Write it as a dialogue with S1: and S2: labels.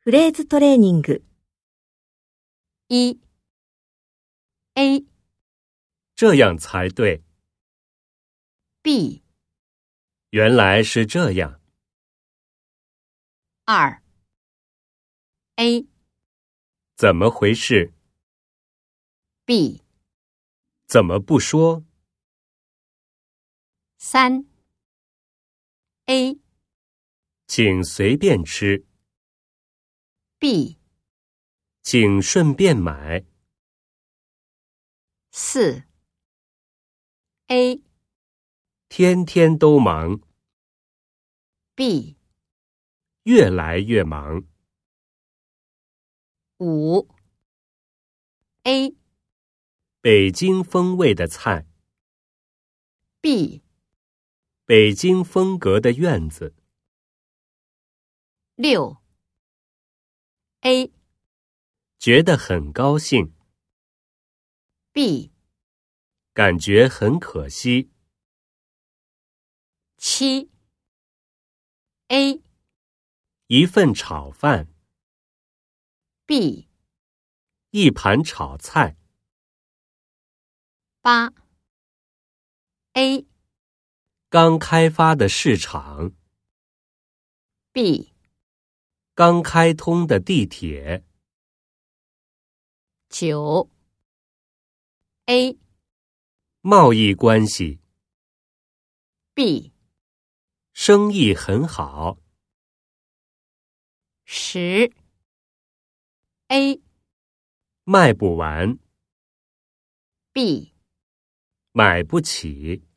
S1: フレーズトレーニング。
S2: 一 A
S3: 这样才对。
S2: B
S3: 原来是这样。
S2: 二 A
S3: 怎么回事？
S2: B
S3: 怎么不说？
S2: 三 A
S3: 请随便吃，
S2: B
S3: 请顺便买。
S2: 四 A
S3: 天天都忙，
S2: B
S3: 越来越忙。
S2: 五 A
S3: 北京风味的菜，
S2: B
S3: 北京风格的院子，
S2: 六 A
S3: 觉得很高兴，
S2: B
S3: 感觉很可惜。
S2: 七 A
S3: 一份炒饭，
S2: B
S3: 一盘炒菜，
S2: 八 A
S3: 刚开发的市场，
S2: B
S3: 刚开通的地铁，
S2: 九 A
S3: 贸易关系。
S2: B
S3: 生意很好，
S2: 十 A
S3: 卖不完，
S2: B
S3: 买不起。